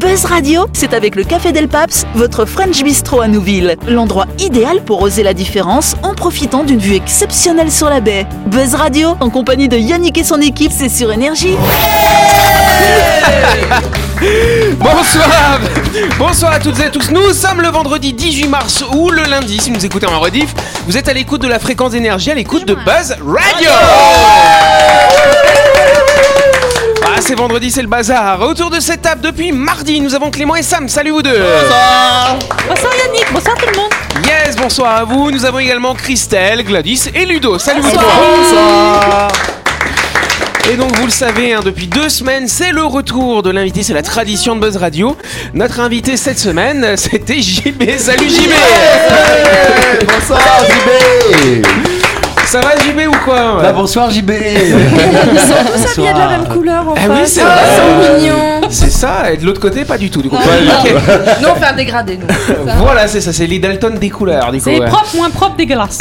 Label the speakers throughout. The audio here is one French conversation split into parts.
Speaker 1: Buzz Radio, c'est avec le Café Del Paps, votre French Bistro à Nouville. L'endroit idéal pour oser la différence en profitant d'une vue exceptionnelle sur la baie. Buzz Radio, en compagnie de Yannick et son équipe, c'est sur Énergie.
Speaker 2: Bonsoir Bonsoir à toutes et à tous. Nous sommes le vendredi 18 mars ou le lundi si vous nous écoutez en rediff. Vous êtes à l'écoute de la fréquence d'énergie, à l'écoute de Buzz Radio. Ah, c'est vendredi, c'est le bazar. Autour de cette table depuis mardi, nous avons Clément et Sam. Salut vous deux.
Speaker 3: Bonsoir Yannick, bonsoir tout le monde.
Speaker 2: Yes, bonsoir à vous. Nous avons également Christelle, Gladys et Ludo. Salut vous deux. Et donc vous le savez, hein, depuis deux semaines, c'est le retour de l'invité, c'est la tradition de Buzz Radio. Notre invité cette semaine, euh, c'était JB. Salut JB
Speaker 4: Bonsoir JB
Speaker 2: Ça va JB ou quoi
Speaker 4: Bah bonsoir JB
Speaker 3: Ils sont tous habillés de la
Speaker 4: Bonsoir.
Speaker 3: même couleur en
Speaker 2: Ah
Speaker 3: fait.
Speaker 2: oui,
Speaker 5: Oh,
Speaker 2: c'est vrai.
Speaker 3: Ils sont mignons.
Speaker 2: C'est ça, et de l'autre côté, pas du tout. Du coup. Ok.
Speaker 5: Non, on fait un dégradé, nous.
Speaker 2: Voilà, c'est ça, c'est les Dalton des couleurs. Du coup,
Speaker 3: C'est
Speaker 2: ouais.
Speaker 3: propre, moins propre, dégueulasse.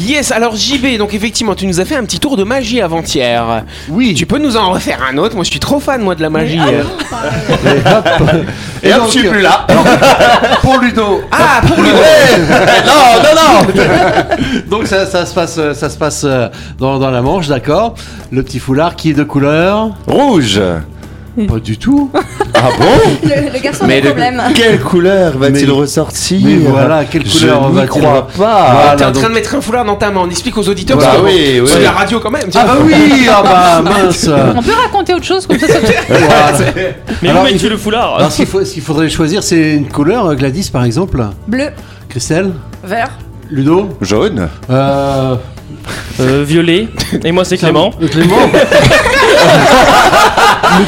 Speaker 2: Yes, alors JB, donc effectivement, tu nous as fait un petit tour de magie avant-hier.
Speaker 4: Oui
Speaker 2: Tu peux nous en refaire un autre Moi, je suis trop fan, moi, de la magie.
Speaker 4: Et hop
Speaker 6: Et hop, je suis plus là. non,
Speaker 4: Pour Ludo
Speaker 2: Ah, pour lui
Speaker 6: Ah, non,
Speaker 4: Donc ça, ça se passe, euh, ça se passe euh, dans, dans la Manche, d'accord Le petit foulard qui est de couleur
Speaker 6: non Rouge
Speaker 4: Pas du tout
Speaker 6: Ah bon
Speaker 5: Le, le garçon a
Speaker 6: Mais
Speaker 5: des
Speaker 6: de
Speaker 5: problèmes.
Speaker 6: quelle couleur va-t-il
Speaker 4: Mais-
Speaker 6: ressortir
Speaker 4: mais voilà, quelle couleur
Speaker 6: Je n'y
Speaker 4: va-t-il-
Speaker 6: crois pas
Speaker 4: Voilà.
Speaker 2: T'es en
Speaker 4: donc-
Speaker 2: train de mettre un foulard dans ta main, on explique aux auditeurs
Speaker 6: Bah
Speaker 2: parce que
Speaker 6: oui,
Speaker 2: bon,
Speaker 6: oui.
Speaker 2: c'est de la radio quand même.
Speaker 4: Ah bah oui Ah bah mince
Speaker 3: On peut raconter autre chose comme ça, ça
Speaker 4: Voilà.
Speaker 7: Mais
Speaker 4: Alors,
Speaker 7: où mets-tu
Speaker 4: il-
Speaker 7: le foulard
Speaker 4: Alors ce qu'il faut- ce qu'il faudrait choisir, c'est une couleur, euh, Gladys par exemple
Speaker 5: Bleu,
Speaker 4: Christelle
Speaker 5: vert.
Speaker 4: Ludo
Speaker 6: Jaune
Speaker 4: Euh...
Speaker 7: Euh, Violet. Et moi, c'est Clément.
Speaker 4: euh, Clément Mais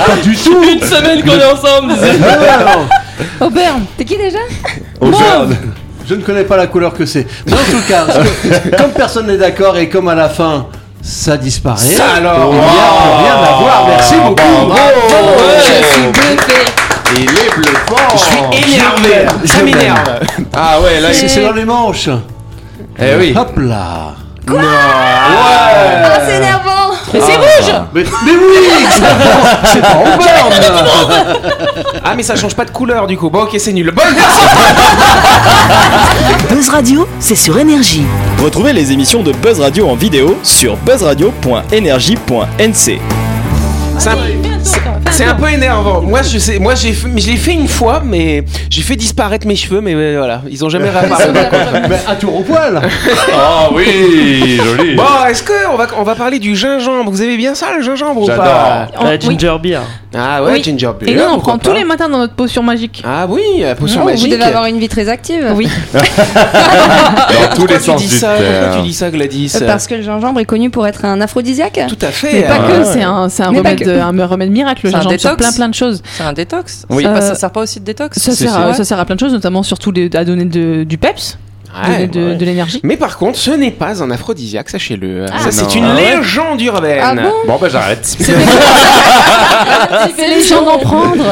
Speaker 4: pas du tout
Speaker 7: Une semaine qu'on est ensemble. disais.
Speaker 4: Alors,
Speaker 3: Auburn,
Speaker 5: T'es qui déjà
Speaker 6: Au jaune
Speaker 4: Je ne connais pas la couleur que c'est. Mais en tout cas, parce que comme personne n'est d'accord et comme à la fin, ça disparaît.
Speaker 2: Ça, alors.
Speaker 6: Oh,
Speaker 4: on vient, on vient d'avoir. Merci beaucoup.
Speaker 5: Je suis bluffé.
Speaker 6: Il est bluffant
Speaker 2: Je suis énervé, ça
Speaker 4: Je
Speaker 2: m'énerve.
Speaker 6: Ah ouais, là,
Speaker 4: C'est
Speaker 6: il...
Speaker 4: c'est dans les manches.
Speaker 6: Eh oui
Speaker 4: Hop là.
Speaker 5: Ah, c'est énervant.
Speaker 3: mais c'est rouge
Speaker 4: Mais, mais oui, c'est pas- c'est pas en borne.
Speaker 2: Ah, mais ça change pas de couleur du coup. Bon, ok, c'est nul. Bon, merci.
Speaker 1: Buzz Radio, c'est sur Énergie.
Speaker 8: Retrouvez les émissions de Buzz Radio en vidéo sur buzzradio.energie.nc.
Speaker 2: C'est un- C'est un peu énervant. Moi, je sais, moi, j'ai, fait- mais je l'ai fait une fois, mais j'ai fait disparaître mes cheveux, mais euh, voilà, ils ont jamais réapparu.
Speaker 4: Mais un tour au poil.
Speaker 6: Ah oui Joli
Speaker 2: Bon, est-ce que on va, on va parler du gingembre Vous avez bien ça, le gingembre ou
Speaker 6: J'adore.
Speaker 2: pas
Speaker 3: On-
Speaker 7: La Euh, ginger beer.
Speaker 2: Ah ouais,
Speaker 3: Oui.
Speaker 2: ginger beer.
Speaker 3: Et nous, on
Speaker 2: pourquoi
Speaker 3: prend tous
Speaker 2: pas
Speaker 3: les matins dans notre potion magique.
Speaker 2: Ah oui, la potion
Speaker 5: Oh, Vous
Speaker 2: magique.
Speaker 5: devez avoir une vie très active.
Speaker 3: Oui.
Speaker 6: Dans tous
Speaker 2: Pourquoi
Speaker 6: les
Speaker 2: tu
Speaker 6: sens
Speaker 2: dis
Speaker 6: du
Speaker 2: ça Pourquoi tu
Speaker 6: terme
Speaker 2: dis ça, Gladys
Speaker 5: Euh, Parce que le gingembre est connu pour être un aphrodisiaque.
Speaker 2: Tout à fait.
Speaker 3: Mais pas
Speaker 2: euh,
Speaker 3: que, c'est un, c'est un
Speaker 5: Mais pas
Speaker 3: remède,
Speaker 5: que.
Speaker 3: euh, un remède miracle,
Speaker 9: C'est un
Speaker 3: genre sur
Speaker 9: détox.
Speaker 3: plein plein de choses.
Speaker 9: C'est un détox
Speaker 3: Oui.
Speaker 9: ça, passe-
Speaker 3: Euh,
Speaker 9: ça sert pas aussi de détox
Speaker 3: Ça
Speaker 6: C'est-
Speaker 3: sert,
Speaker 6: c'est-
Speaker 3: à, ça sert à plein de choses, notamment surtout les- à donner de- du peps,
Speaker 2: Ah, ouais,
Speaker 9: Ah
Speaker 3: donner de,
Speaker 2: ouais.
Speaker 3: de l'énergie.
Speaker 2: Mais par contre, ce n'est pas un aphrodisiaque, sachez-le. ça,
Speaker 6: non.
Speaker 2: c'est une
Speaker 6: Ah ouais
Speaker 2: légende urbaine.
Speaker 5: Ah bon
Speaker 6: Bon bah j'arrête
Speaker 3: C'est les gens d'en prendre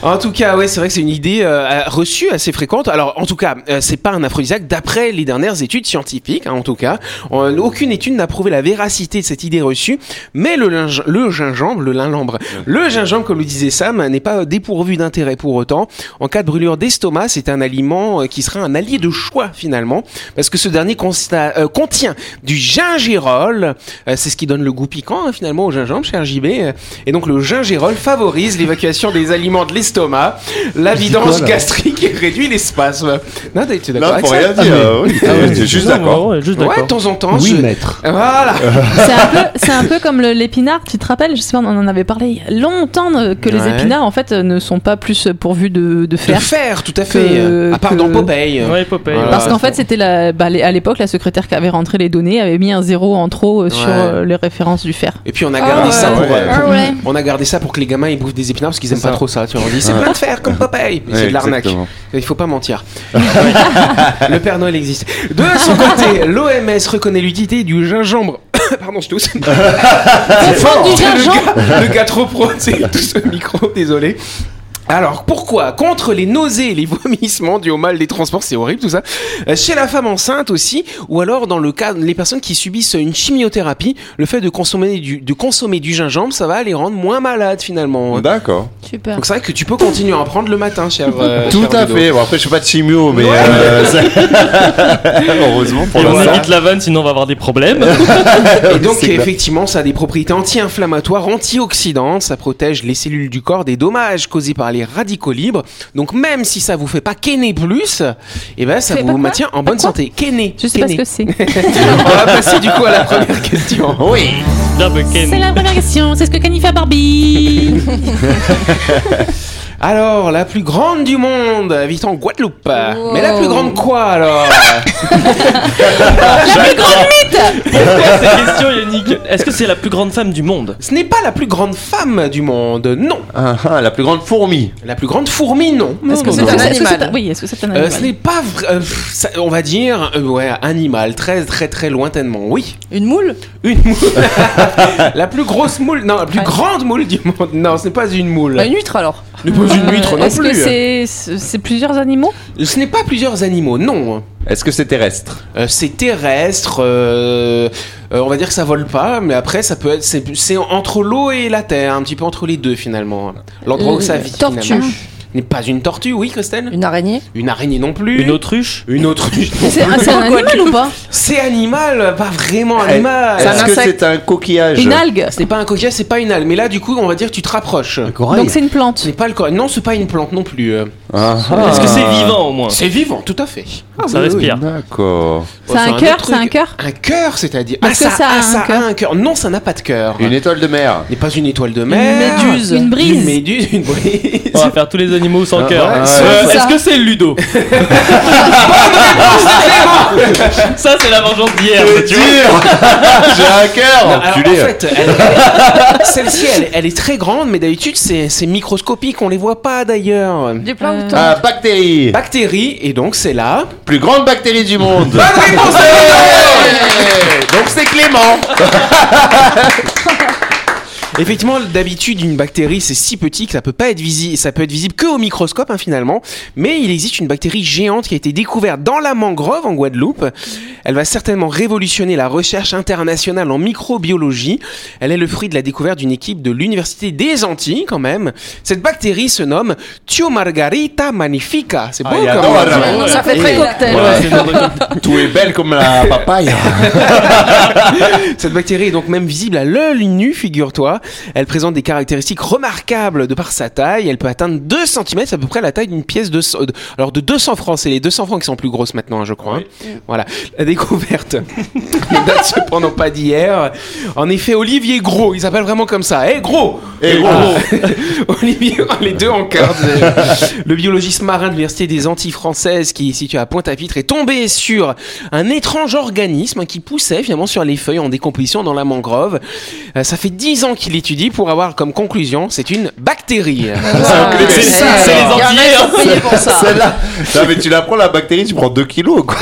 Speaker 2: En tout cas, ouais, c'est vrai que c'est une idée euh, reçue assez fréquente. Alors, en tout cas, euh, c'est pas un aphrodisiaque d'après les dernières études scientifiques. hein, en tout cas, On- aucune étude n'a prouvé la véracité de cette idée reçue. Mais le, linge- le gingembre, le linlambre, le gingembre, comme le disait Sam, n'est pas dépourvu d'intérêt pour autant. En cas de brûlure d'estomac, c'est un aliment euh, qui sera un allié de choix finalement, parce que ce dernier consta- euh, contient du gingérol. Euh, c'est ce qui donne le goût piquant hein, finalement au gingembre, cher JB. euh, et donc le gingérol favorise l'évacuation des aliments de l'estomac, la vidange gastrique et réduit les spasmes. Non, t'es- tu es d'accord
Speaker 6: Là,
Speaker 2: avec
Speaker 6: faut
Speaker 2: ça
Speaker 6: rien dire euh, oui,
Speaker 4: oui,
Speaker 6: T'es juste d'accord
Speaker 7: Ouais, juste
Speaker 2: Ouais, de
Speaker 7: d'accord.
Speaker 2: temps en temps.
Speaker 4: Oui,
Speaker 2: je-
Speaker 4: maître.
Speaker 2: Voilà.
Speaker 3: C'est un peu, c'est un peu comme le- l'épinard, tu te rappelles Je sais pas, on en avait parlé il y a longtemps euh, que les
Speaker 2: Ouais.
Speaker 3: épinards en fait euh, ne sont pas plus pourvus de, de
Speaker 2: De
Speaker 3: fer.
Speaker 2: faire, tout à fait. euh,
Speaker 3: Que-
Speaker 2: à part dans
Speaker 3: que-
Speaker 2: Popeye.
Speaker 7: Ouais, Popeye.
Speaker 2: Voilà.
Speaker 3: Parce qu'en fait, c'était la, bah, les- à l'époque, la secrétaire qui avait rentré les données avait mis un zéro en trop euh, sur
Speaker 2: Ouais.
Speaker 3: euh, les références du fer.
Speaker 2: Et puis on a
Speaker 5: Ah
Speaker 2: gardé
Speaker 5: ouais.
Speaker 2: ça pour, euh,
Speaker 6: Ah ouais.
Speaker 2: pour-
Speaker 5: Ah ouais.
Speaker 2: on a gardé ça pour que les gamins ils bouffent des épinards parce qu'ils aiment
Speaker 6: C'est
Speaker 2: pas
Speaker 6: ça.
Speaker 2: trop ça. Tu vois, on dit c'est plein de fer comme Popeye. Mais c'est
Speaker 6: Ouais,
Speaker 2: de l'arnaque.
Speaker 6: exactement.
Speaker 2: Il faut pas mentir. Le Père Noël existe. De son côté, l'OMS reconnaît l'utilité du gingembre. Pardon, je tousse.
Speaker 3: Prendre du gingembre
Speaker 2: Le gars trop pro, c'est tout ce micro, désolé. Alors pourquoi Contre les nausées et les vomissements dus au mal des transports, c'est horrible tout ça. Euh, chez la femme enceinte aussi, ou alors dans le cas les personnes qui subissent une chimiothérapie, le fait de consommer du, de consommer du gingembre, ça va les rendre moins malades
Speaker 3: Bah.
Speaker 2: finalement.
Speaker 6: D'accord.
Speaker 5: Super.
Speaker 2: Donc c'est vrai que tu peux continuer à en prendre le matin, cher. euh,
Speaker 6: Tout
Speaker 2: cher
Speaker 6: à
Speaker 2: Ludo.
Speaker 6: fait. Bon, après, je suis pas de chimio, mais euh, ça- heureusement pour
Speaker 7: Et on
Speaker 6: l'instant.
Speaker 7: évite la vanne, sinon on va avoir des problèmes.
Speaker 2: Et donc
Speaker 6: Ah C'est clair.
Speaker 2: effectivement, ça a des propriétés anti-inflammatoires, antioxydantes, ça protège les cellules du corps des dommages causés par les radicaux libres. Donc même si ça vous fait pas kenner plus, eh ben ça
Speaker 3: Fait pas
Speaker 2: vous
Speaker 3: quoi
Speaker 2: maintient en bonne
Speaker 3: quoi
Speaker 2: santé. Kenner.
Speaker 3: Je sais pas ce que c'est. hein
Speaker 2: On va passer du coup à la première question.
Speaker 6: Oui.
Speaker 7: Là, mais Ken.
Speaker 3: C'est la première question. C'est ce que Kenny fait à Barbie.
Speaker 2: Alors, la plus grande du monde habite en Guadeloupe.
Speaker 5: Wow.
Speaker 2: Mais la plus grande quoi alors Ah,
Speaker 7: Cette question, Yannick. Est-ce que c'est la plus grande femme du monde
Speaker 2: Ce n'est pas la plus grande femme du monde, non.
Speaker 6: Ah, ah, la plus grande fourmi.
Speaker 2: La plus grande fourmi, non.
Speaker 3: Est-ce que
Speaker 6: non,
Speaker 3: c'est
Speaker 6: non.
Speaker 3: un
Speaker 5: Un
Speaker 3: est-ce que c'est
Speaker 5: animal.
Speaker 3: un- Oui, est-ce que c'est un
Speaker 2: Euh, ce
Speaker 3: animal
Speaker 2: n'est pas, vra- euh, pff, ça- on va dire, euh, ouais, animal, très très très lointainement, oui.
Speaker 5: Une moule
Speaker 2: Une moule. la plus grosse moule, non, la plus grande moule du monde. Non, ce n'est pas une moule.
Speaker 5: Bah, Une huître alors
Speaker 2: Ne pas une huître non
Speaker 3: Est-ce que
Speaker 2: plus.
Speaker 3: c'est c'est plusieurs animaux
Speaker 2: Ce n'est pas plusieurs animaux, non.
Speaker 6: Est-ce que c'est terrestre
Speaker 2: Euh, c'est terrestre, euh, euh, on va dire que ça vole pas, mais après ça peut être, c'est c'est entre l'eau et la terre, un petit peu entre les deux finalement. L'endroit où ça vit.
Speaker 5: Tortue.
Speaker 2: finalement. N'est pas une tortue, oui, Christelle
Speaker 5: Une araignée
Speaker 2: Une araignée non plus.
Speaker 7: Une autruche
Speaker 2: Une autruche. non
Speaker 3: Mais C'est
Speaker 2: plus.
Speaker 3: c'est un animal ou pas
Speaker 2: C'est animal, pas vraiment animal.
Speaker 5: C'est un
Speaker 6: Eh, Est-ce que
Speaker 5: insecte.
Speaker 6: c'est un coquillage
Speaker 3: Une algue.
Speaker 2: Ce n'est pas un coquillage, c'est pas une algue. Mais là, du coup, on va dire que tu te rapproches.
Speaker 4: Un corail.
Speaker 3: Donc c'est une plante.
Speaker 2: Ce n'est pas le corps. Non, c'est pas une plante non plus. euh.
Speaker 6: Ah, ah.
Speaker 7: Est-ce que c'est vivant au moins
Speaker 2: C'est vivant, tout à fait.
Speaker 3: Ah
Speaker 7: Ça
Speaker 6: Oui,
Speaker 7: respire.
Speaker 6: D'accord.
Speaker 3: C'est un
Speaker 2: autre
Speaker 3: cœur,
Speaker 2: truc.
Speaker 3: c'est un cœur
Speaker 2: Un cœur, c'est-à-dire.
Speaker 3: Est-ce
Speaker 2: ah,
Speaker 3: que ça a
Speaker 2: ah,
Speaker 3: un
Speaker 2: a
Speaker 3: cœur
Speaker 2: un cœur. Non, ça n'a pas de cœur.
Speaker 6: Une étoile de mer.
Speaker 2: N'est pas une étoile de mer.
Speaker 5: méduse.
Speaker 3: Une
Speaker 2: Une
Speaker 3: brise.
Speaker 2: méduse, une brise.
Speaker 7: On va faire tous les animaux sans
Speaker 6: Ah,
Speaker 7: cœur.
Speaker 6: ouais,
Speaker 7: Euh,
Speaker 5: ça.
Speaker 7: Est-ce que c'est Ludo Ça, c'est la vengeance d'hier.
Speaker 6: C'est
Speaker 7: tu
Speaker 6: dur
Speaker 7: vois.
Speaker 6: J'ai un
Speaker 2: Non,
Speaker 6: cœur
Speaker 2: alors, en
Speaker 6: enculé.
Speaker 2: fait, elle- elle- celle-ci, elle, elle est très grande, mais d'habitude, c'est c'est microscopique, on les voit pas d'ailleurs.
Speaker 5: J'ai plein
Speaker 3: Euh,
Speaker 5: de temps.
Speaker 6: Ah, bactérie
Speaker 2: Bactéries, et donc c'est là.
Speaker 6: Plus grande bactérie du monde Ouais. Donc c'est Clément
Speaker 2: Effectivement, d'habitude, une bactérie, c'est si petit que ça peut pas être visible, ça peut être visible que au microscope, hein, finalement. Mais il existe une bactérie géante qui a été découverte dans la mangrove en Guadeloupe. Elle va certainement révolutionner la recherche internationale en microbiologie. Elle est le fruit de la découverte d'une équipe de l'université des Antilles, quand même. Cette bactérie se nomme Tio Margarita magnifica. C'est beau,
Speaker 6: Ah, il
Speaker 2: comme
Speaker 6: adore,
Speaker 2: nom.
Speaker 6: alors.
Speaker 5: Non, ça fait
Speaker 6: Et-
Speaker 5: très cocktail.
Speaker 6: Ouais.
Speaker 7: C'est une bonne-
Speaker 6: Tout est belle comme la papaye
Speaker 2: Cette bactérie est donc même visible à l'œil nu, figure-toi. Elle présente des caractéristiques remarquables de par sa taille. Elle peut atteindre 2 cm, c'est à peu près la taille d'une pièce de... so- de- Alors de 200 francs, c'est les 200 francs qui sont plus grosses maintenant, hein, je crois. hein. Voilà. La découverte ne date cependant pas d'hier. En effet, Olivier Gros, il s'appelle vraiment comme ça. Eh gros
Speaker 6: Eh, gros.
Speaker 2: Olivier, les deux en quart. Le biologiste marin de l'université des Antilles françaises qui est situé à Pointe-à-Pitre est tombé sur un étrange organisme qui poussait finalement sur les feuilles en décomposition dans la mangrove. Euh, ça fait 10 ans qu'il étudie pour avoir comme conclusion, c'est une bactérie.
Speaker 5: Ouais.
Speaker 7: C'est
Speaker 5: Ouais.
Speaker 7: c'est les
Speaker 5: Il y en a
Speaker 7: Antillais.
Speaker 5: qui
Speaker 7: hein.
Speaker 5: sont payés pour ça.
Speaker 6: Celle-là Non mais tu la prends la bactérie, tu prends 2 kilos quoi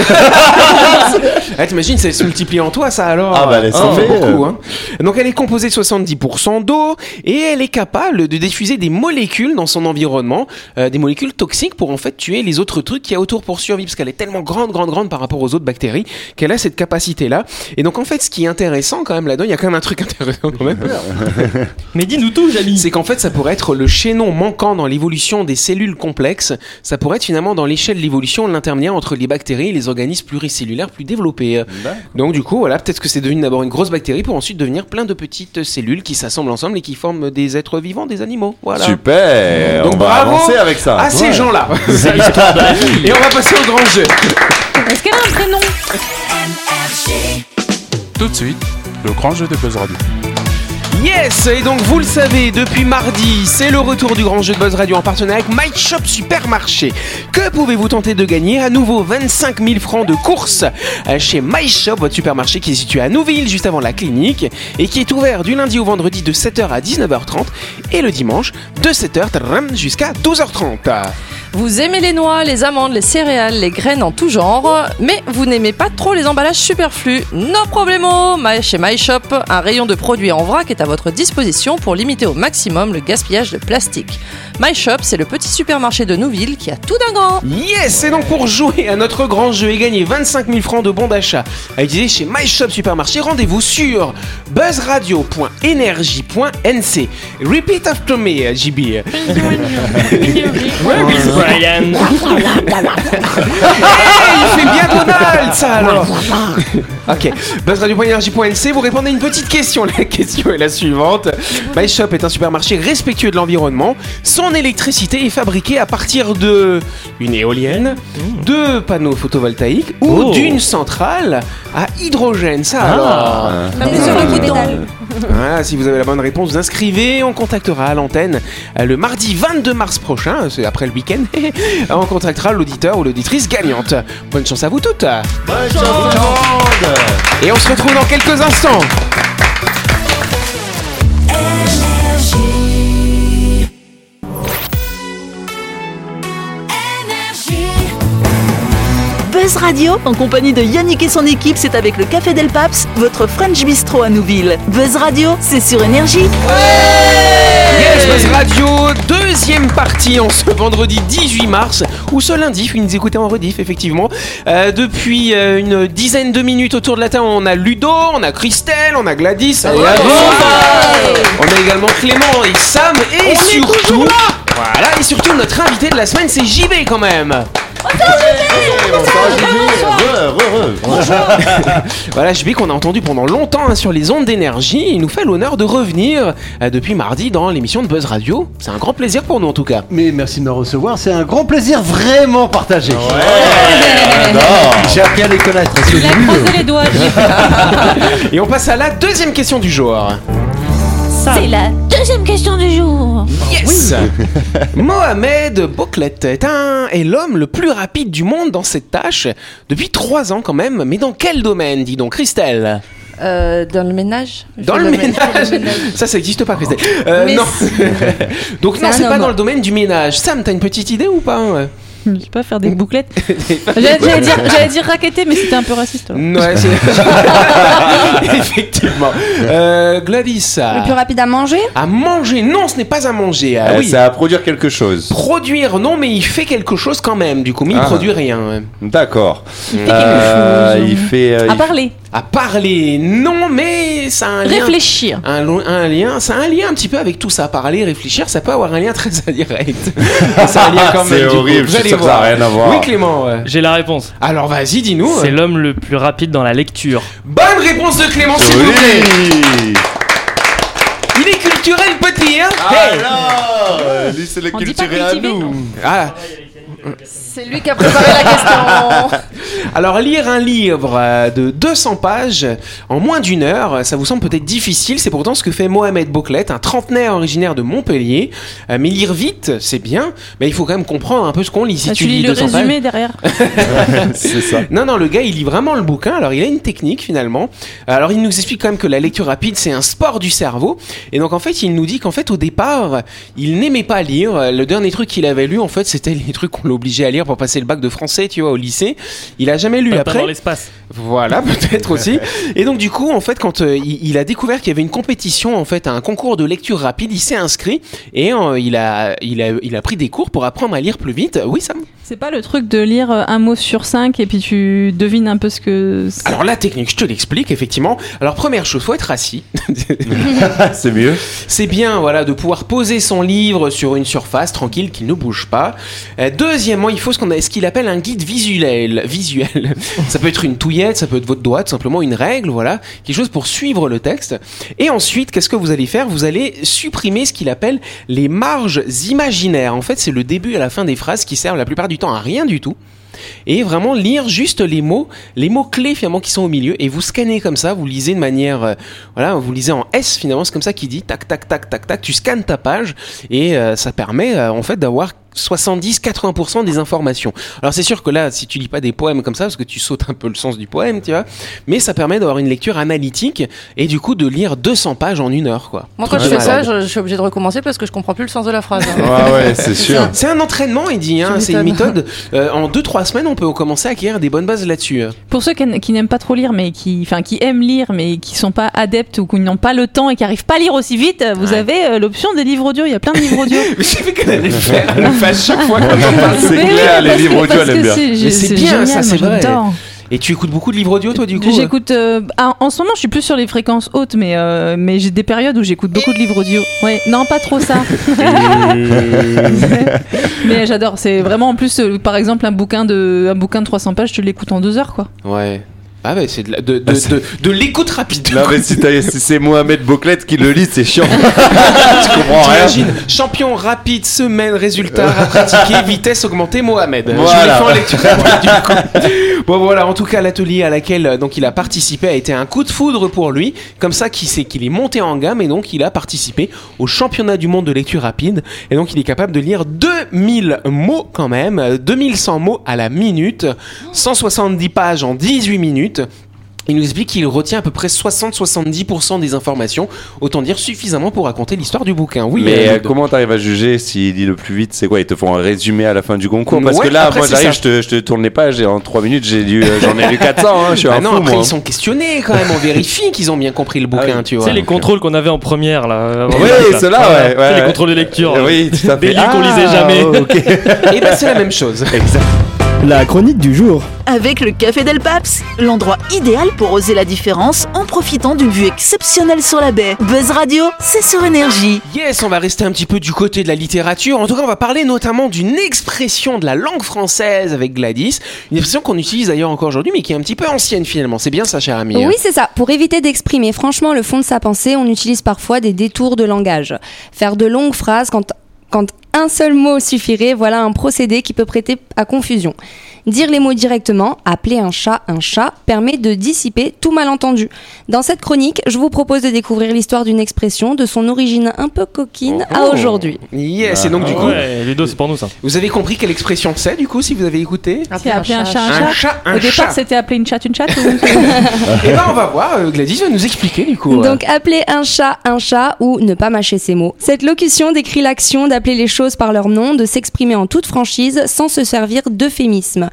Speaker 2: Ah, T'imagines, ça se multiplie en toi, ça alors
Speaker 6: Ah, bah, laisse
Speaker 2: ça fait
Speaker 6: tomber,
Speaker 2: beaucoup. Hein. Donc, elle est composée de 70% d'eau et elle est capable de diffuser des molécules dans son environnement, euh, des molécules toxiques pour en fait tuer les autres trucs qu'il y a autour pour survivre, parce qu'elle est tellement grande, grande, grande par rapport aux autres bactéries qu'elle a cette capacité-là. Et donc, en fait, ce qui est intéressant quand même là-dedans, il y a quand même un truc intéressant quand même.
Speaker 7: Mais dis-nous tout, Jamy.
Speaker 2: C'est qu'en fait, ça pourrait être le chaînon manquant dans l'évolution des cellules complexes. Ça pourrait être finalement dans l'échelle de l'évolution l'intermédiaire entre les bactéries et les organismes pluricellulaires plus développés. Euh, Donc du coup, voilà, peut-être que c'est devenu d'abord une grosse bactérie pour ensuite devenir plein de petites cellules qui s'assemblent ensemble et qui forment des êtres vivants, des animaux. Voilà.
Speaker 6: Super
Speaker 2: Donc,
Speaker 6: On va
Speaker 2: bravo.
Speaker 6: avancer avec ça
Speaker 2: À ces gens-là. et on va passer au grand jeu.
Speaker 3: Est-ce qu'elle a un prénom
Speaker 9: Tout de suite, le grand jeu de Buzz Radio.
Speaker 2: Yes Et donc vous le savez, depuis mardi, c'est le retour du grand jeu de Buzz Radio en partenariat avec My Shop Supermarché. Que pouvez-vous tenter de gagner À nouveau 25 000 francs de course euh, chez My Shop, votre supermarché qui est situé à Nouville, juste avant la clinique, et qui est ouvert du lundi au vendredi de 7h à 19h30 et le dimanche de 7h jusqu'à 12h30.
Speaker 10: Vous aimez les noix, les amandes, les céréales, les graines en tout genre, mais vous n'aimez pas trop les emballages superflus. No problemo My- Chez MyShop, un rayon de produits en vrac est à votre disposition pour limiter au maximum le gaspillage de plastique. MyShop, c'est le petit supermarché de Nouville qui a tout d'un grand.
Speaker 2: Yes, et donc pour jouer à notre grand jeu et gagner 25 000 francs de bons d'achat à utiliser chez MyShop Supermarché, rendez-vous sur buzzradio.energie.nc. Repeat after me, JB.
Speaker 7: Where is Brian
Speaker 2: Hey, il fait bien Donald, ça alors Ok, buzzradio.energie.nc, vous répondez à une petite question. La question est la suivante. MyShop est un supermarché respectueux de l'environnement. Son électricité est fabriquée à partir de une éolienne, de panneaux photovoltaïques ou
Speaker 7: Oh.
Speaker 2: d'une centrale à hydrogène. Ça alors
Speaker 5: Comme les oreilles qui pédalent.
Speaker 2: Voilà, si vous avez la bonne réponse, vous inscrivez. On contactera à l'antenne euh, le mardi 22 mars prochain, c'est après le week-end. on contactera l'auditeur ou l'auditrice gagnante. Bonne chance à vous toutes.
Speaker 6: Bonne chance, tout le monde.
Speaker 2: Et on se retrouve dans quelques instants.
Speaker 1: Buzz Radio, en compagnie de Yannick et son équipe, c'est avec le Café Del Paps, votre French Bistro à Nouville. Buzz Radio, c'est sur Énergie.
Speaker 2: Yes, Buzz Radio, deuxième partie en ce vendredi 18 mars, ou ce lundi, vous nous écoutez en rediff, effectivement. Euh, depuis euh, une dizaine de minutes autour de la table, on a Ludo, on a Christelle, on a Gladys, et Alban. on a également Clément et Sam, et surtout... Voilà, et surtout notre invité de la semaine, c'est JB quand même. Voilà, JB qu'on a entendu pendant longtemps hein, sur les ondes d'énergie, il nous fait l'honneur de revenir euh, depuis mardi dans l'émission de Buzz Radio. C'est un grand plaisir pour nous en tout cas.
Speaker 4: Mais merci de me recevoir, c'est un grand plaisir vraiment partagé. Ah J'ai appris à les connaître. parce que
Speaker 3: Il a
Speaker 4: j'ai lu,
Speaker 3: croisé les doigts.
Speaker 2: Et on passe à la deuxième question du jour.
Speaker 11: C'est la deuxième question du jour.
Speaker 2: Yes Mohamed Boklet est, un- est l'homme le plus rapide du monde dans cette tâche, depuis trois ans quand même, mais dans quel domaine, dis donc, Christelle
Speaker 5: Euh, dans le ménage Je
Speaker 2: Dans
Speaker 5: fais
Speaker 2: le
Speaker 5: mé- je fais
Speaker 2: ménage
Speaker 5: le ménage.
Speaker 2: Ça, ça n'existe pas, Christelle. Euh,
Speaker 5: Mais
Speaker 2: non Donc
Speaker 5: C'est
Speaker 2: non,
Speaker 5: un
Speaker 2: c'est pas
Speaker 5: homme.
Speaker 2: dans le domaine du ménage. Sam, t'as une petite idée ou pas hein
Speaker 3: Je vais pas faire des bouclettes. J'allais j'allais dire, j'allais dire raqueter, mais c'était un peu raciste. ouais.
Speaker 2: Ouais, c'est... Effectivement. Euh, Gladys,
Speaker 5: Le plus
Speaker 2: à...
Speaker 5: rapide à manger
Speaker 2: à manger Non, ce n'est pas à manger. Ah
Speaker 6: Euh,
Speaker 2: oui.
Speaker 6: C'est à produire quelque chose.
Speaker 2: Produire, non, mais il fait quelque chose quand même. Du coup, mais il
Speaker 6: Ah.
Speaker 2: produit rien.
Speaker 6: D'accord.
Speaker 3: quelque chose.
Speaker 6: il fait. euh,
Speaker 3: À
Speaker 6: il-
Speaker 3: parler,
Speaker 2: À parler, non, mais ça a un lien.
Speaker 3: réfléchir.
Speaker 2: Un, lo- un lien, ça a un lien un petit peu avec tout ça. Parler, réfléchir, ça peut avoir un lien très indirect. ça a un lien quand même.
Speaker 6: Ah, C'est
Speaker 2: du coup.
Speaker 6: horrible,
Speaker 2: Vous
Speaker 6: je suis
Speaker 2: allez
Speaker 6: sûr que ça
Speaker 2: voir.
Speaker 6: n'a rien à voir.
Speaker 2: Oui, Clément. ouais.
Speaker 7: J'ai la réponse.
Speaker 2: Alors vas-y, dis-nous. euh,
Speaker 7: C'est l'homme le plus rapide dans la lecture.
Speaker 2: Bonne réponse de Clément, s'il vous plaît.
Speaker 6: Joli.
Speaker 2: Il est culturel, petit, hein Hey
Speaker 6: Alors, euh, lui, c'est le
Speaker 3: On dit pas
Speaker 6: culturel à
Speaker 3: cultivé,
Speaker 6: nous.
Speaker 2: Ah,
Speaker 5: C'est lui qui a préparé la question.
Speaker 2: Alors lire un livre euh, de 200 pages en moins d'une heure, euh, ça vous semble peut-être difficile, c'est pourtant ce que fait Mohamed Bouclet, un trentenaire originaire de Montpellier. Euh, mais lire vite, c'est bien, mais il faut quand même comprendre un peu ce qu'on lit. Si
Speaker 3: Ah,
Speaker 2: tu
Speaker 3: tu lis le
Speaker 2: 200 pages...
Speaker 3: résumé derrière.
Speaker 6: C'est ça.
Speaker 2: Non, non, le gars, il lit vraiment le bouquin. Alors, il a une technique finalement. Alors, il nous explique quand même que la lecture rapide, c'est un sport du cerveau. Et donc, en fait, il nous dit qu'en fait, au départ, il n'aimait pas lire. Le dernier truc qu'il avait lu, en fait, c'était les trucs qu'on l'obligeait à lire pour passer le bac de français, tu vois, au lycée. Il a jamais lu
Speaker 7: Pas
Speaker 2: après.
Speaker 7: dans l'espace.
Speaker 2: Voilà, peut-être aussi. Et donc du coup, en fait, quand euh, il, il a découvert qu'il y avait une compétition, en fait, à un concours de lecture rapide, il s'est inscrit et euh, il, a, il, a, il a pris des cours pour apprendre à lire plus vite. Oui, Sam
Speaker 3: C'est pas le truc de lire euh, un mot sur cinq et puis tu devines un peu ce que. c'est.
Speaker 2: Alors la technique, je te l'explique, effectivement. Alors première chose, faut être assis.
Speaker 6: Ah, c'est mieux.
Speaker 2: C'est bien, voilà, de pouvoir poser son livre sur une surface tranquille qui ne bouge pas. Euh, deuxièmement, il faut ce qu'on a, ce qu'il appelle un guide visuel. Visuel. ça peut être une touillette, ça peut être votre doigt, tout simplement une règle, voilà, quelque chose pour suivre le texte. Et ensuite, qu'est-ce que vous allez faire Vous allez supprimer ce qu'il appelle les marges imaginaires. En fait, c'est le début et la fin des phrases qui servent la plupart du temps à rien du tout. Et vraiment lire juste les mots, les mots clés finalement qui sont au milieu, et vous scannez comme ça, vous lisez de manière, euh, voilà, vous lisez en S finalement, c'est comme ça qu'il dit, tac, tac, tac, tac, tac, tu scannes ta page, et euh, ça permet euh, en fait d'avoir 70-80% des informations. Alors c'est sûr que là, si tu lis pas des poèmes comme ça, parce que tu sautes un peu le sens du poème, tu vois, mais ça permet d'avoir une lecture analytique et du coup de lire 200 pages en une heure, quoi.
Speaker 10: Moi, quand je fais ça, je, je suis obligé de recommencer parce que je comprends plus le sens de la phrase. hein.
Speaker 6: Ouais, ouais, c'est sûr.
Speaker 2: C'est un entraînement, il dit. hein,
Speaker 10: Tu
Speaker 2: c'est une
Speaker 10: m'étonnes.
Speaker 2: méthode. Euh, en 2-3 semaines, on peut commencer à acquérir des bonnes bases là-dessus. hein.
Speaker 3: Pour ceux qui, n- qui n'aiment pas trop lire, mais qui, enfin, qui aiment lire, mais qui sont pas adeptes ou qui n'ont pas le temps et qui arrivent pas à lire aussi vite, vous
Speaker 2: Ouais.
Speaker 3: avez euh, l'option des livres audio. Il y a plein de livres audio.
Speaker 2: Mais j'ai vu qu'elle allait le faire, elle le fait à chaque fois qu'on en parle.
Speaker 6: C'est
Speaker 3: Mais oui,
Speaker 6: clair, les
Speaker 3: parce que-
Speaker 6: livres audio,
Speaker 3: parce
Speaker 6: elle aime
Speaker 3: que
Speaker 6: bien.
Speaker 2: Mais
Speaker 3: C'est,
Speaker 2: c'est
Speaker 3: c'est
Speaker 2: bien,
Speaker 3: génial,
Speaker 2: ça, c'est
Speaker 3: moi,
Speaker 2: vrai.
Speaker 3: j'adore.
Speaker 2: Et tu écoutes beaucoup de livres audio, toi, du coup hein
Speaker 3: J'écoute. euh, ah, en ce moment, je suis plus sur les fréquences hautes, mais euh, mais j'ai des périodes où j'écoute beaucoup de livres audio. Ouais, non, pas trop ça. mais j'adore. C'est vraiment en plus, euh, par exemple, un bouquin de un bouquin de 300 pages, tu l'écoutes en deux heures, quoi.
Speaker 2: Ouais. Ah ouais, c'est de, la- de, de,
Speaker 6: Ah, c'est-
Speaker 2: de- de l'écoute rapide.
Speaker 6: Non, mais si, t'as- si c'est Mohamed Bouclette qui le lit, c'est chiant. tu comprends rien.
Speaker 2: T'imagines, champion rapide, semaine, résultat, à pratiquer, vitesse augmentée, Mohamed. Je
Speaker 6: Voilà.
Speaker 2: l'ai fait en lecture rapide, du coup. Bon voilà, en tout cas l'atelier à laquelle euh, donc il a participé a été un coup de foudre pour lui, comme ça qu'il sait qu'il est monté en gamme et donc il a participé au championnat du monde de lecture rapide et donc il est capable de lire 2000 mots quand même, euh, 2100 mots à la minute, 170 pages en 18 minutes. Il nous explique qu'il retient à peu près 60-70% des informations, autant dire suffisamment pour raconter l'histoire du bouquin. Oui,
Speaker 6: mais euh,
Speaker 2: David.
Speaker 6: comment t'arrives à juger s'il lit le plus vite C'est quoi Ils te font un résumé à la fin du concours Parce
Speaker 2: Mm, Ouais,
Speaker 6: que là,
Speaker 2: après,
Speaker 6: moi
Speaker 2: c'est
Speaker 6: j'arrive,
Speaker 2: ça.
Speaker 6: je te, je te tourne les pages et en 3 minutes j'ai lu, euh, j'en ai lu 400. Hein, je suis
Speaker 2: Bah
Speaker 6: un
Speaker 2: non,
Speaker 6: fou,
Speaker 2: après
Speaker 6: moi.
Speaker 2: ils sont questionnés quand même, on vérifie qu'ils ont bien compris le bouquin,
Speaker 6: Ah oui.
Speaker 2: tu
Speaker 7: Tu
Speaker 2: vois.
Speaker 7: sais, les contrôles qu'on avait en première, là. avant
Speaker 6: Oui,
Speaker 7: le bac, là.
Speaker 6: ceux-là,
Speaker 7: Voilà.
Speaker 6: ouais,
Speaker 7: Tu sais,
Speaker 6: ouais,
Speaker 7: Les
Speaker 6: ouais.
Speaker 7: contrôles de lecture.
Speaker 6: Euh, Oui, tout à fait.
Speaker 7: Des livres qu'on lisait jamais.
Speaker 6: oh, ok.
Speaker 2: Et ben c'est la même chose.
Speaker 6: Exact.
Speaker 8: La chronique du jour.
Speaker 1: Avec le Café Del Paps, l'endroit idéal pour oser la différence en profitant d'une vue exceptionnelle sur la baie. Buzz Radio, c'est sur énergie.
Speaker 2: Yes, on va rester un petit peu du côté de la littérature. En tout cas, on va parler notamment d'une expression de la langue française avec Gladys. Une expression qu'on utilise d'ailleurs encore aujourd'hui, mais qui est un petit peu ancienne finalement. C'est bien ça, cher ami. hein.
Speaker 12: Oui, c'est ça. Pour éviter d'exprimer franchement le fond de sa pensée, on utilise parfois des détours de langage. Faire de longues phrases quand, quand un seul mot suffirait, voilà un procédé qui peut prêter à confusion. Dire les mots directement, appeler un chat un chat, permet de dissiper tout malentendu. Dans cette chronique, je vous propose de découvrir l'histoire d'une expression, de son origine un peu coquine à
Speaker 2: Oh.
Speaker 12: aujourd'hui.
Speaker 2: Yes, et donc du
Speaker 7: Ah
Speaker 2: coup,
Speaker 7: ouais, Ludo, c'est pour nous ça.
Speaker 2: vous avez compris quelle expression c'est du coup si vous avez écouté
Speaker 3: Ah, C'est appeler un chat un chat.
Speaker 2: Ah, Un chat, un
Speaker 3: Au départ,
Speaker 2: chat.
Speaker 3: c'était appeler une chatte une chatte. ou-
Speaker 2: Et ben on va voir, euh, Gladys va nous expliquer du coup.
Speaker 12: Donc appeler un chat un chat ou ne pas mâcher ses mots. Cette locution décrit l'action d'appeler les choses par leur nom, de s'exprimer en toute franchise sans se servir d'euphémisme.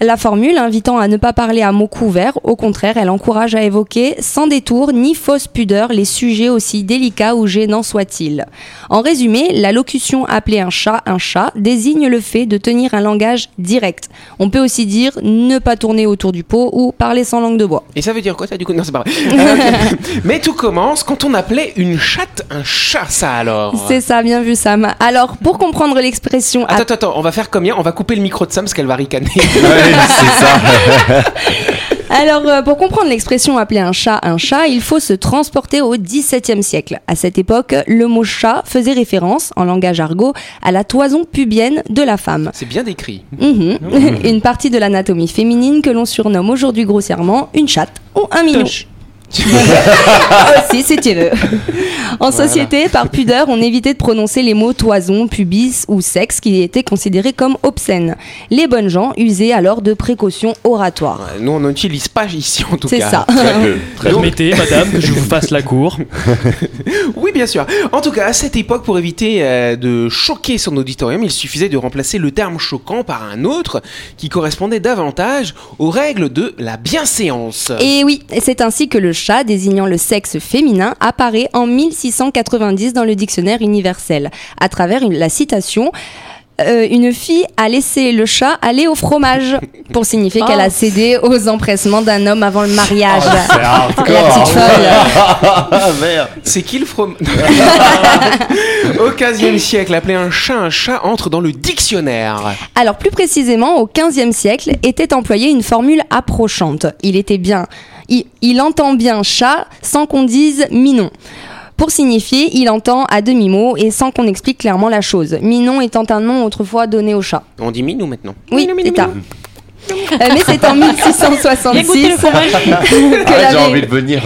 Speaker 12: La formule invitant à ne pas parler à mots couverts, au contraire, elle encourage à évoquer sans détour ni fausse pudeur les sujets aussi délicats ou gênants soient-ils. En résumé, la locution appeler un chat un chat désigne le fait de tenir un langage direct. On peut aussi dire ne pas tourner autour du pot ou parler sans langue de bois.
Speaker 2: euh. Et ça veut dire quoi ça du coup Non, c'est pas vrai. Euh, Mais tout commence quand on appelait une chatte un chat, ça alors.
Speaker 12: C'est ça, bien vu Sam. Alors, pour comprendre l'expression
Speaker 2: Attends, attends, attends, on va faire combien On va couper le micro de Sam parce qu'elle va ricaner.
Speaker 6: Ouais, c'est ça.
Speaker 12: Alors, euh, pour comprendre l'expression appeler un chat un chat, il faut se transporter au XVIIe siècle. À cette époque, le mot chat faisait référence, en langage argot, à la toison pubienne de la femme.
Speaker 2: C'est bien décrit.
Speaker 12: Mhm. une partie de l'anatomie féminine que l'on surnomme aujourd'hui grossièrement une chatte ou un mignon. Aussi, si tu veux. En société, par pudeur, on évitait de prononcer les mots toison, pubis ou sexe qui étaient considérés comme obscènes. Les bonnes gens usaient alors de précautions oratoires.
Speaker 2: Ouais, Nous, on n'utilise pas ici en tout
Speaker 12: C'est
Speaker 2: cas.
Speaker 12: ça.
Speaker 6: Très peu, très peu.
Speaker 7: Permettez, madame, que je vous fasse la cour.
Speaker 2: Oui, bien sûr. En tout cas, à cette époque, pour éviter euh, de choquer son auditorium, il suffisait de remplacer le terme choquant par un autre qui correspondait davantage aux règles de la bienséance.
Speaker 12: Et oui, c'est ainsi que le chat, désignant le sexe féminin, apparaît en 1690 dans le dictionnaire universel, à travers une- la citation. euh, une fille a laissé le chat aller au fromage pour signifier qu'elle a cédé aux empressements d'un homme avant le mariage. la petite folle.
Speaker 6: Ah merde.
Speaker 2: C'est qui le from... Au 15e siècle, appeler un chat un chat entre dans le dictionnaire.
Speaker 12: Alors plus précisément, au XVe siècle, était employée une formule approchante. Il était bien. Il, il entend bien chat sans qu'on dise minon. Pour signifier, il entend à demi-mot et sans qu'on explique clairement la chose. Minon étant un nom autrefois donné au chat.
Speaker 2: On dit minou maintenant.
Speaker 12: Oui, c'est ça. Euh, mais c'est en
Speaker 3: Viens goûter le
Speaker 12: 1666
Speaker 3: fromage.
Speaker 12: que
Speaker 6: Ah,
Speaker 12: la
Speaker 6: J'ai
Speaker 12: vérité-
Speaker 2: Oh,
Speaker 6: envie de venir.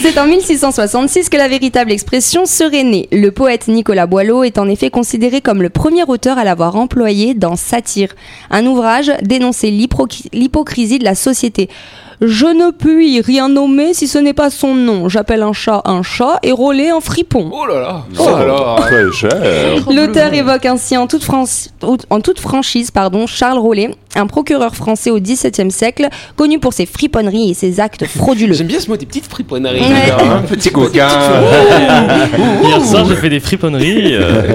Speaker 12: c'est C'est en 1666 que la véritable expression serait née. Le poète Nicolas Boileau est en effet considéré comme le premier auteur à l'avoir employé dans Satire, un ouvrage dénonçait l'hypocri- l'hypocrisie de la société. Je ne puis rien nommer si ce n'est pas son nom. J'appelle un chat un chat et Rollet un fripon.
Speaker 2: Oh là là
Speaker 6: Oh,
Speaker 2: euh,
Speaker 6: Très cher.
Speaker 12: L'auteur évoque ainsi en toute, France- en toute franchise pardon, Charles Rollet, un procureur français au XVIIe siècle, connu pour ses friponneries et ses actes frauduleux.
Speaker 2: J'aime bien ce mot, des petites friponneries.
Speaker 12: Ouais.
Speaker 2: Un
Speaker 6: Petit coquin.
Speaker 7: Hier soir, j'ai fait des friponneries. euh,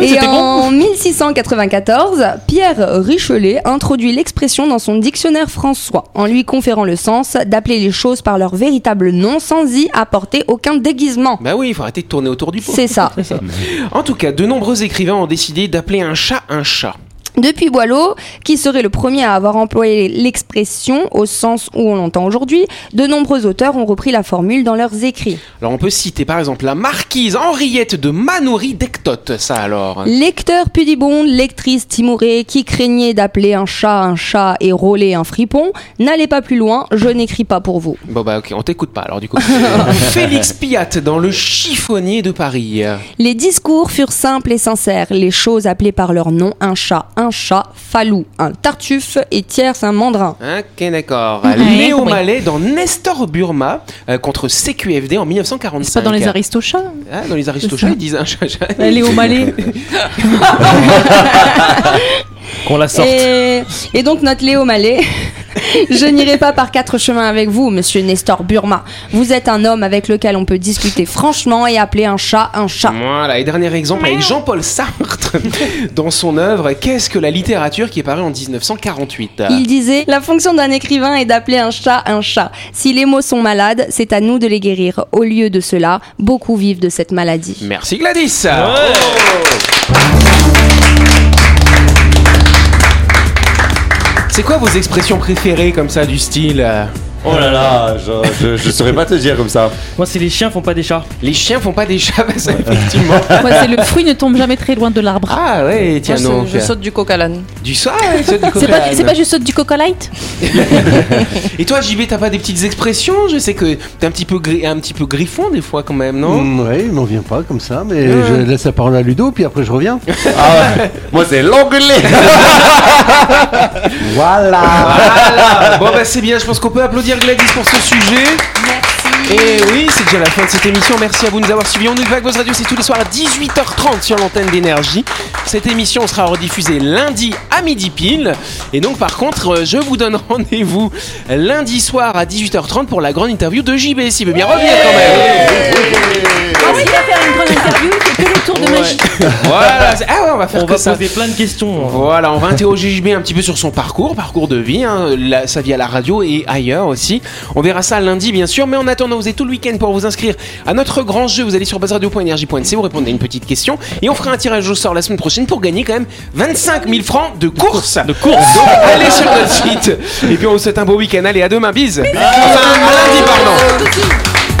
Speaker 12: Et en 1694, Pierre Richelet introduit l'expression dans son dictionnaire françois, en lui conférant le sens d'appeler les choses par leur véritable nom sans y apporter aucun déguisement.
Speaker 2: Bah oui, il faut arrêter de tourner autour du pot.
Speaker 12: C'est ça.
Speaker 2: En tout cas, de nombreux écrivains ont décidé d'appeler un chat un chat.
Speaker 12: Depuis Boileau, qui serait le premier à avoir employé l'expression au sens où on l'entend aujourd'hui, de nombreux auteurs ont repris la formule dans leurs écrits.
Speaker 2: Alors on peut citer par exemple la marquise Henriette de Manoury d'Ectote, ça alors.
Speaker 12: Lecteur pudibonde, lectrice timorée qui craignait d'appeler un chat un chat et rôler un fripon, n'allez pas plus loin, je n'écris pas pour vous.
Speaker 2: Bon bah ok, on t'écoute pas alors du coup. Félix Piat dans le chiffonnier de Paris.
Speaker 12: Les discours furent simples et sincères, les choses appelées par leur nom, un chat, un chat, falou, un tartuffe et tierce, un mandrin.
Speaker 2: Hein, Ok d'accord.
Speaker 3: Ouais,
Speaker 2: Léo
Speaker 3: oui.
Speaker 2: Mallet dans Nestor Burma euh, contre CQFD en 1945.
Speaker 3: C'est pas dans les aristochats
Speaker 2: Ah, dans les aristochats ils disent un chat chat.
Speaker 3: Léo Mallet.
Speaker 7: Qu'on la sorte.
Speaker 12: Et, et donc notre Léo Mallet, je n'irai pas par quatre chemins avec vous, monsieur Nestor Burma. Vous êtes un homme avec lequel on peut discuter franchement et appeler un chat un
Speaker 3: Ah.
Speaker 12: chat.
Speaker 2: Voilà, et dernier exemple avec Jean-Paul Sartre dans son œuvre Qu'est-ce que la littérature qui est parue en 1948
Speaker 12: Il disait La fonction d'un écrivain est d'appeler un chat un chat. Si les mots sont malades, c'est à nous de les guérir. Au lieu de cela, beaucoup vivent de cette maladie.
Speaker 2: Merci Gladys
Speaker 7: Ouais.
Speaker 2: C'est quoi vos expressions préférées comme ça du style euh,
Speaker 6: Oh là là, je, je, je saurais pas te dire comme ça.
Speaker 7: Moi, c'est les chiens font pas des chats.
Speaker 2: Les chiens font pas des chats, bah, ça, effectivement.
Speaker 3: Moi, c'est le fruit ne tombe jamais très loin de l'arbre.
Speaker 2: Ah ouais, tiens
Speaker 10: Moi, c'est-
Speaker 2: donc.
Speaker 10: je saute du coq à l'âne.
Speaker 2: Du soir, ouais, saute du
Speaker 3: C'est pas,
Speaker 2: coq-à-l'âne.
Speaker 3: c'est pas juste saute du coca light
Speaker 2: Et toi JB, t'as pas des petites expressions Je sais que t'es un petit peu gri- un petit peu griffon des fois quand même, non
Speaker 4: Mm, ouais, il m'en vient pas comme ça, mais je laisse la parole à Ludo, puis après je reviens.
Speaker 6: Ah ouais. Moi, c'est l'anglais.
Speaker 4: Voilà
Speaker 2: Voilà. Bon bah c'est bien, je pense qu'on peut applaudir Gladys pour ce sujet. Merci. Et Eh oui, c'est déjà la fin de cette émission. Merci à vous de nous avoir suivis. On est Vague Buzz Radio, c'est tous les soirs à 18h30 sur l'antenne d'énergie. Cette émission sera rediffusée lundi à midi pile. Et donc par contre, euh, je vous donne rendez-vous lundi soir à 18h30 pour la grande interview de JB, s'il veut bien revenir quand même.
Speaker 3: Ah oui, il va faire une grande interview, c'est que le tour de magie.
Speaker 2: Voilà. c'est- Ah ouais, on va faire
Speaker 7: On
Speaker 2: que
Speaker 7: va
Speaker 2: ça.
Speaker 7: poser plein de questions. hein.
Speaker 2: Voilà, on va interroger JB un petit peu sur son parcours, parcours de vie, hein, la- sa vie à la radio et ailleurs aussi. On verra ça lundi, bien sûr. Mais en attendant, vous avez tout le week-end pour vous inscrire à notre grand jeu. Vous allez sur buzzradio.energie.nc, vous répondez à une petite question et on fera un tirage au sort la semaine prochaine pour gagner quand même 25 000 francs de course.
Speaker 7: De course.
Speaker 2: Donc allez sur notre site. Et puis on vous souhaite un beau week-end. Allez, à demain, bise. Enfin, lundi, pardon.